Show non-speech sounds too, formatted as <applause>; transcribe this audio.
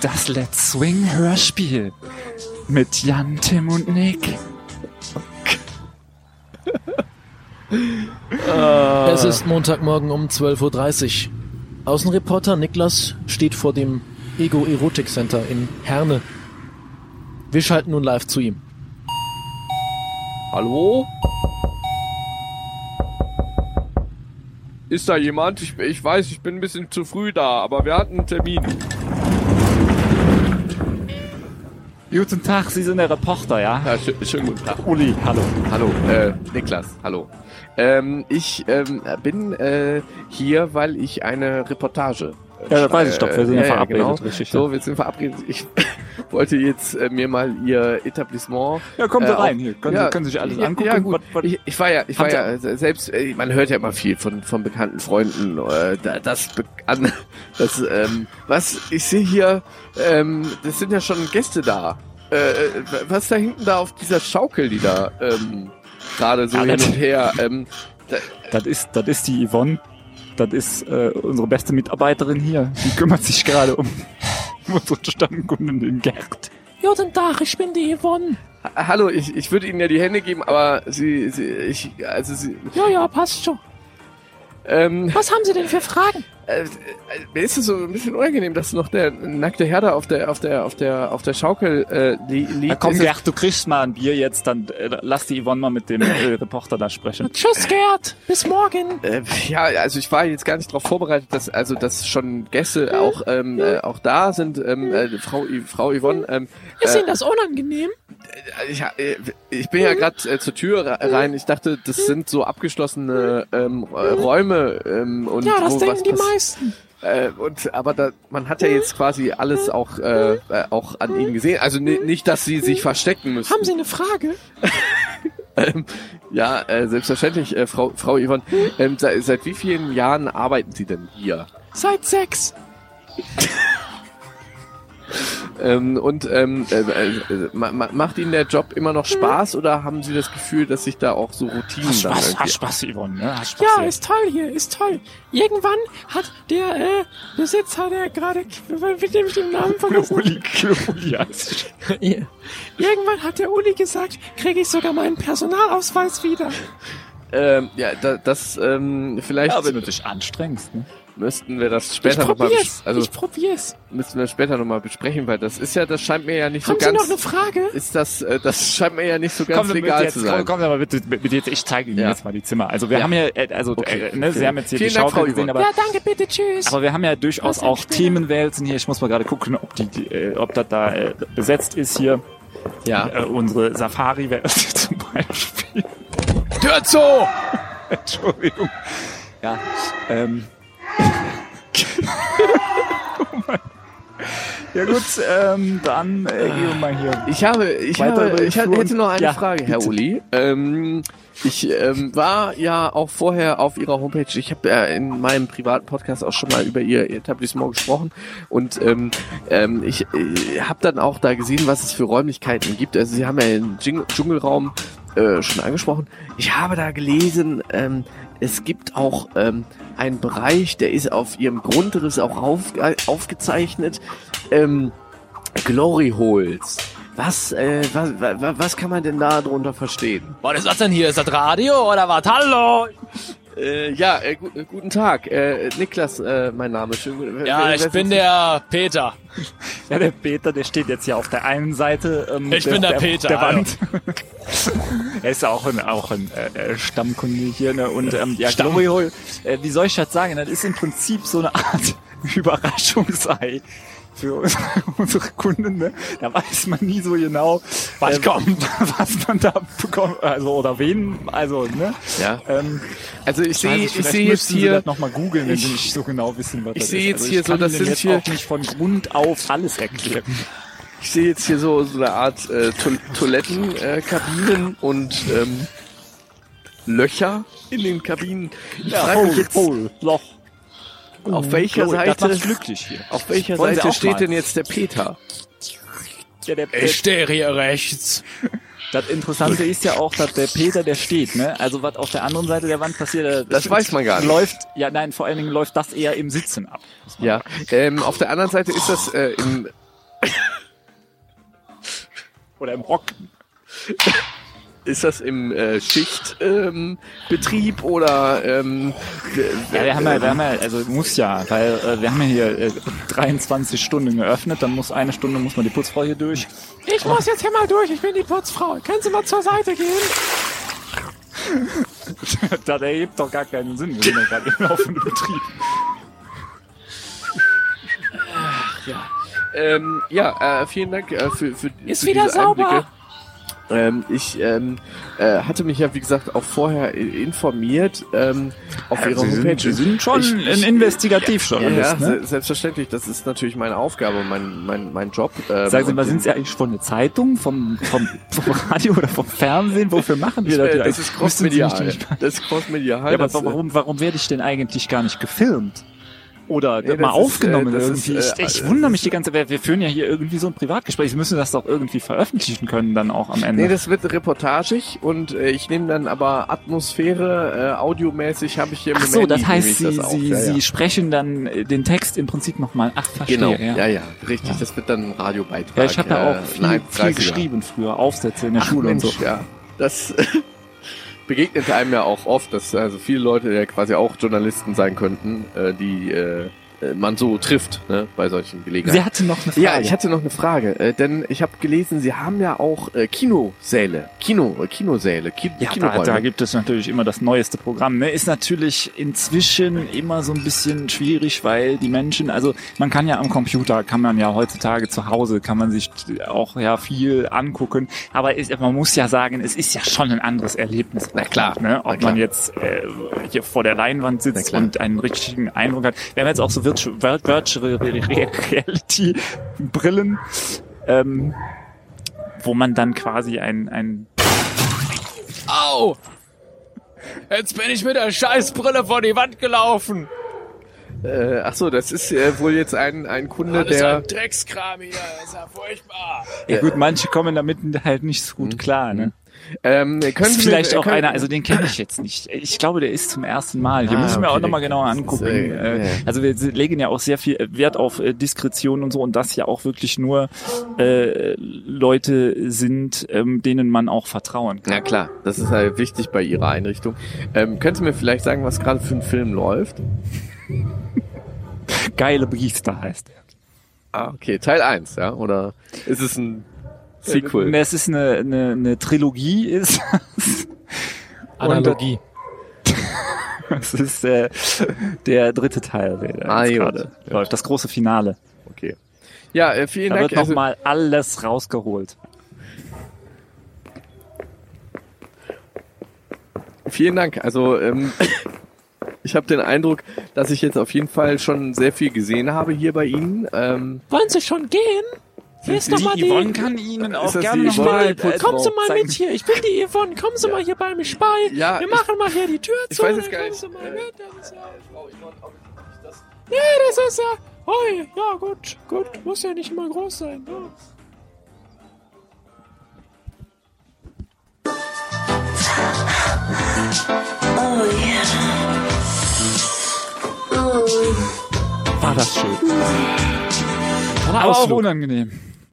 das Let's Swing Hörspiel mit Jan, Tim und Nick. Es ist Montagmorgen um 12.30 Uhr. Außenreporter Niklas steht vor dem Ego Erotik Center in Herne. Wir schalten nun live zu ihm. Hallo? Ist da jemand? Ich, ich weiß, ich bin ein bisschen zu früh da, aber wir hatten einen Termin. Guten Tag, Sie sind der Reporter, ja? Ja, schö- schönen guten Tag. Uli, hallo. Hallo, äh, Niklas, hallo. Ähm, ich ähm, bin äh, hier, weil ich eine Reportage. äh, Ja, das weiß ich doch, wir sind ja äh, verabredet, genau. richtig, ja. So, wir sind verabredet. Ich <laughs> wollte jetzt äh, mir mal Ihr Etablissement Ja, kommen Sie Äh, rein auch- hier. Können, ja, Sie, können Sie sich alles ja, angucken? Ja, gut. Was- was- ich, ich war ja, ich war Haben ja äh, selbst, äh, man hört ja immer viel von, von bekannten Freunden, äh, da- das, be- an, <laughs> das, ähm, was, ich sehe hier, ähm, das sind ja schon Gäste da. Äh, äh, was da hinten da auf dieser Schaukel, die da, ähm, gerade so Ja, hin das- und her, ähm, Das ist, das ist die Yvonne. Das ist äh, unsere beste Mitarbeiterin hier. Die kümmert sich gerade um <laughs> unseren Stammkunden, den Gerd. Guten Tag, ich bin die Yvonne. ha- hallo, ich, ich würde Ihnen ja die Hände geben, aber Sie, Sie, ich, also Sie, Ja, ja, passt schon. ähm, Was haben Sie denn für Fragen? Äh, äh, mir ist es so ein bisschen unangenehm, dass noch der nackte Herr da auf der auf der auf der auf der Schaukel äh, li liegt. Ja, komm, Ist es- Gerd, du kriegst mal ein Bier jetzt. Dann äh, lass die Yvonne mal mit dem äh, Reporter da sprechen. Tschüss, Gerd. Bis morgen. Äh, <laughs> ja, also ich war jetzt gar nicht darauf vorbereitet, dass also dass schon Mhm. Gäste auch ähm, äh, auch da sind. Ähm, äh, Frau I Frau Yvonne, ähm, äh, das Mhm. unangenehm? ich, ha- äh, ich bin ja gerade äh, zur Tür re- rein. Ich dachte, Mhm. das sind so abgeschlossene ähm, äh, Räume ähm, und wo was pass- meisten. Mhm. Äh, und aber da, man hat ja jetzt quasi alles auch äh, äh, auch an ihnen gesehen. Also ni- Mhm. nicht, dass sie sich verstecken müssen. eine Frage? Ja, äh, selbstverständlich, äh, Frau, Frau Yvonne. Mhm. Ähm, se seit wie vielen Jahren arbeiten Sie denn hier? Seit sechs. Ähm, und ähm, äh, äh, ma ma macht Ihnen der Job immer noch Spaß oder haben Sie das Gefühl, dass sich da auch so Routinen Hast dann Spaß, irgendwie- hast Spaß, Yvonne. Ne? Hast Spaß Ja, hier. ist toll hier, ist toll. Irgendwann hat der äh, Besitzer, der gerade, mit dem ich den Namen <laughs> vergessen Uli, Uli heißt ich. irgendwann hat der Uli gesagt, kriege ich sogar meinen Personalausweis wieder. Ähm, ja, da, das ähm, vielleicht Ja, wenn du dich anstrengst. Ne? müssten wir das Ich später nochmal probier's, also ich probier's. müssten wir später nochmal besprechen, weil das ist ja, das scheint mir ja nicht Haben so Sie noch ganz eine Frage? ist das äh, das scheint mir ja nicht so ganz Komm, legal jetzt, zu sein. komm, Oh komm aber bitte, bitte jetzt, ich zeige Ihnen Ja. jetzt mal die Zimmer. Also wir Ja. haben ja, äh, also Okay, äh, ne, Sie okay. haben jetzt hier Vielen die Dank, Frau Schaukel gesehen, Yvonne. aber Ja, danke, bitte, tschüss. Aber wir haben ja durchaus Was denn auch später? Themenwälzen hier. Ich muss mal gerade gucken, ob die, die äh, ob das da äh, besetzt ist hier. Ja. Äh, unsere Safari-Welt <laughs> zum Beispiel. Hört so! Entschuldigung. Ja. Ähm. <laughs> Oh Mann. ja gut, ähm, dann äh, gehen wir mal hier. Ich habe, ich Weitere habe, ich Führung? hätte noch eine Ja, Frage, Herr Uli. Ähm, ich ähm, war ja auch vorher auf Ihrer Homepage. Ich habe äh, in meinem privaten Podcast auch schon mal über Ihr Etablissement gesprochen und ähm, ähm, ich äh, habe dann auch da gesehen, was es für Räumlichkeiten gibt. Also Sie haben ja den Dsching- Dschungelraum äh, schon angesprochen. Ich habe da gelesen, ähm, es gibt auch ähm, einen Bereich, der ist auf Ihrem Grundriss auch auf, aufgezeichnet. Ähm, Glory Holes. Was, äh, was, wa- wa- was kann man denn da drunter verstehen? Was ist das denn hier? Ist das Radio oder was? Hallo! Äh, ja, äh, gu äh, guten Tag. Äh, Niklas, äh, mein Name. Schön, gut, Ja, ich bin der Peter. Ja, der Peter, der steht jetzt hier auf der einen Seite. Ähm, Ich der, bin der der Peter, Der hallo. Wand. <laughs> er ist auch ein, auch ein äh, äh, Stammkunde hier. Ne? Und ähm, ja, Glory Hole, äh, wie soll ich das sagen? Das ist im Prinzip so eine Art <laughs> Überraschungsei für <laughs> unsere Kunden. Ne? Da weiß man nie so genau, Was kommt? <laughs> was man da bekommt, also oder wen, also ne. Ja. Ähm, Also ich weiß sehe, nicht, ich vielleicht sehe jetzt müssten Sie hier. das nochmal googeln, wenn Ich- Sie nicht so genau wissen, was ich das sehe ist. jetzt hier so, kann das Ihnen sind jetzt hier- auch nicht von Grund auf alles erklären. Ich sehe jetzt hier so, so eine Art äh, Toil- Toiletten, äh, Kabinen und ähm, Löcher in den Kabinen. Ich frage mich jetzt, Loch. auf welcher Das macht Seite, glücklich hier. auf welcher Wollen Sie Seite auch steht mal? denn jetzt der Peter? Ja, der, der, Ich stehe hier rechts. das Interessante ist ja auch, dass der Peter, der steht, ne? Also was auf der anderen Seite der Wand passiert, äh, Das weiß man gar nicht. läuft, ja nein, vor allen Dingen läuft das eher im Sitzen ab. Ja, ähm, auf der anderen Seite ist das äh, im Oder im Rocken. Ist das im äh, Schichtbetrieb ähm, Betrieb oder ähm, Ja, wir haben ja, wir haben ja, also muss ja, weil äh, wir haben ja hier äh, 23 Stunden geöffnet, dann muss eine Stunde muss man die Putzfrau hier durch. <laughs> Ich muss jetzt hier mal durch, ich bin die Putzfrau. Können Sie mal zur Seite gehen? das ergibt doch gar keinen Sinn. Wir sind ja gerade im laufenden Betrieb. ähm, ja, äh, vielen Dank äh, für, für, Ist für wieder diese sauber. Einblicke. Ähm, ich ähm, äh, hatte mich ja, wie gesagt, auch vorher i- informiert ähm, auf ihrer Homepage. Ich- ich- Investigativjournalist, ja, se- selbstverständlich. Das ist natürlich meine Aufgabe, mein, mein, mein Job. Ähm, Sagen Sie mal, und- sind Sie eigentlich von der Zeitung, vom, vom, vom Radio oder vom Fernsehen? Wofür machen wir das? äh, denn das eigentlich? ist Müssen Sie mich crossmedial. nicht- Das ist crossmedial. Ja, aber das, äh, warum, warum werde ich denn eigentlich gar nicht gefilmt? Oder Nee, mal das ist, aufgenommen äh, das ist, irgendwie. äh, ich, ich äh, wundere mich die ganze Zeit. Wir führen ja hier irgendwie so ein Privatgespräch. Sie müssen das doch irgendwie veröffentlichen können dann auch am Ende. Nee, das wird reportagig und äh, ich nehme dann aber Atmosphäre, äh, audiomäßig habe ich hier im Ach Moment so, das nehme heißt, ich Sie, das auf. Sie, ja, Sie ja. sprechen dann äh, den Text im Prinzip nochmal. Ach, verstehe. Genau, ja. ja, ja, richtig. Das wird dann ein Radiobeitrag. Ja, ich habe ja äh, auch viel, nein, viel 30er. geschrieben früher, Aufsätze in der Ach, Schule Mensch, und so. ja. Das <laughs> begegnet einem ja auch oft, dass also viele Leute ja quasi auch Journalisten sein könnten, äh, die äh, äh, man so trifft ne, bei solchen Gelegenheiten. Sie hatte noch eine Frage. Ja, ich hatte noch eine Frage, äh, denn ich habe gelesen, Sie haben ja auch äh, Kinosäle, Kino, äh, Kinosäle, Ki Ja, da, Kinoräume. da gibt es natürlich immer das neueste Programm. Ne? Ist natürlich inzwischen immer so ein bisschen schwierig, weil die Menschen, also man kann ja am Computer, kann man ja heutzutage zu Hause, kann man sich auch ja viel angucken. Aber ist, man muss ja sagen, es ist ja schon ein anderes Erlebnis. Na klar, Ne? na Ob klar. man jetzt äh, hier vor der Leinwand Na sitzt klar. und einen richtigen Eindruck hat. Wir haben jetzt auch so Virtu- Vir- Virtual Reality Brillen. Ähm, wo man dann quasi ein, ein Au! Jetzt bin ich mit der Scheißbrille vor die Wand gelaufen. Äh, ach so, das ist äh, wohl jetzt ein, ein Kunde, Das ist der... ein Dreckskram hier, das ist ja furchtbar. Ja gut, manche kommen damit halt nicht so gut klar. Ne? Ähm, Mhm. können Ist Sie mir- vielleicht auch können, einer, also den kenne ich jetzt nicht. Ich glaube, der ist zum ersten Mal. Den Ah, müssen wir okay, auch nochmal der- genauer das ist, angucken. äh, Äh, ja. Also wir legen ja auch sehr viel Wert auf äh, Diskretion und so und das ja auch wirklich nur äh, Leute sind, ähm, denen man auch vertrauen kann. Na klar, das ist halt wichtig bei Ihrer Einrichtung. Ähm, können Sie mir vielleicht sagen, was gerade für ein Film läuft? Geile Biester heißt der. Ah, okay, Teil 1, ja? Oder ist es ein Äh, Sequel? Ne, Es ist eine, eine, eine Trilogie, ist <laughs> Analogie. es ist äh, der dritte Teil, der Ah, jetzt gut. gerade läuft. Das große Finale. Okay. Ja, äh, vielen Da Dank. wird nochmal alles rausgeholt. Vielen Dank. Also ähm, <laughs> ich habe den Eindruck, dass ich jetzt auf jeden Fall schon sehr viel gesehen habe hier bei Ihnen. Ähm, Wollen Sie schon gehen? Hier ist doch mal die... kann Ihnen auch das gerne die noch Yvonne, mal, die äh, Putzfrau? Kommen Sie mal mit hier, ich bin die Yvonne. Kommen Sie mal hier bei mir bei. Ja, Wir ich- machen mal hier die Tür ich zu. weiß jetzt dann gar kommen nicht, Sie mal äh, mit. Das ist ja... Nee, das ist ja... Hoi, ja gut, gut. Muss ja nicht immer groß sein. Ja. War das schön. Aber auch unangenehm.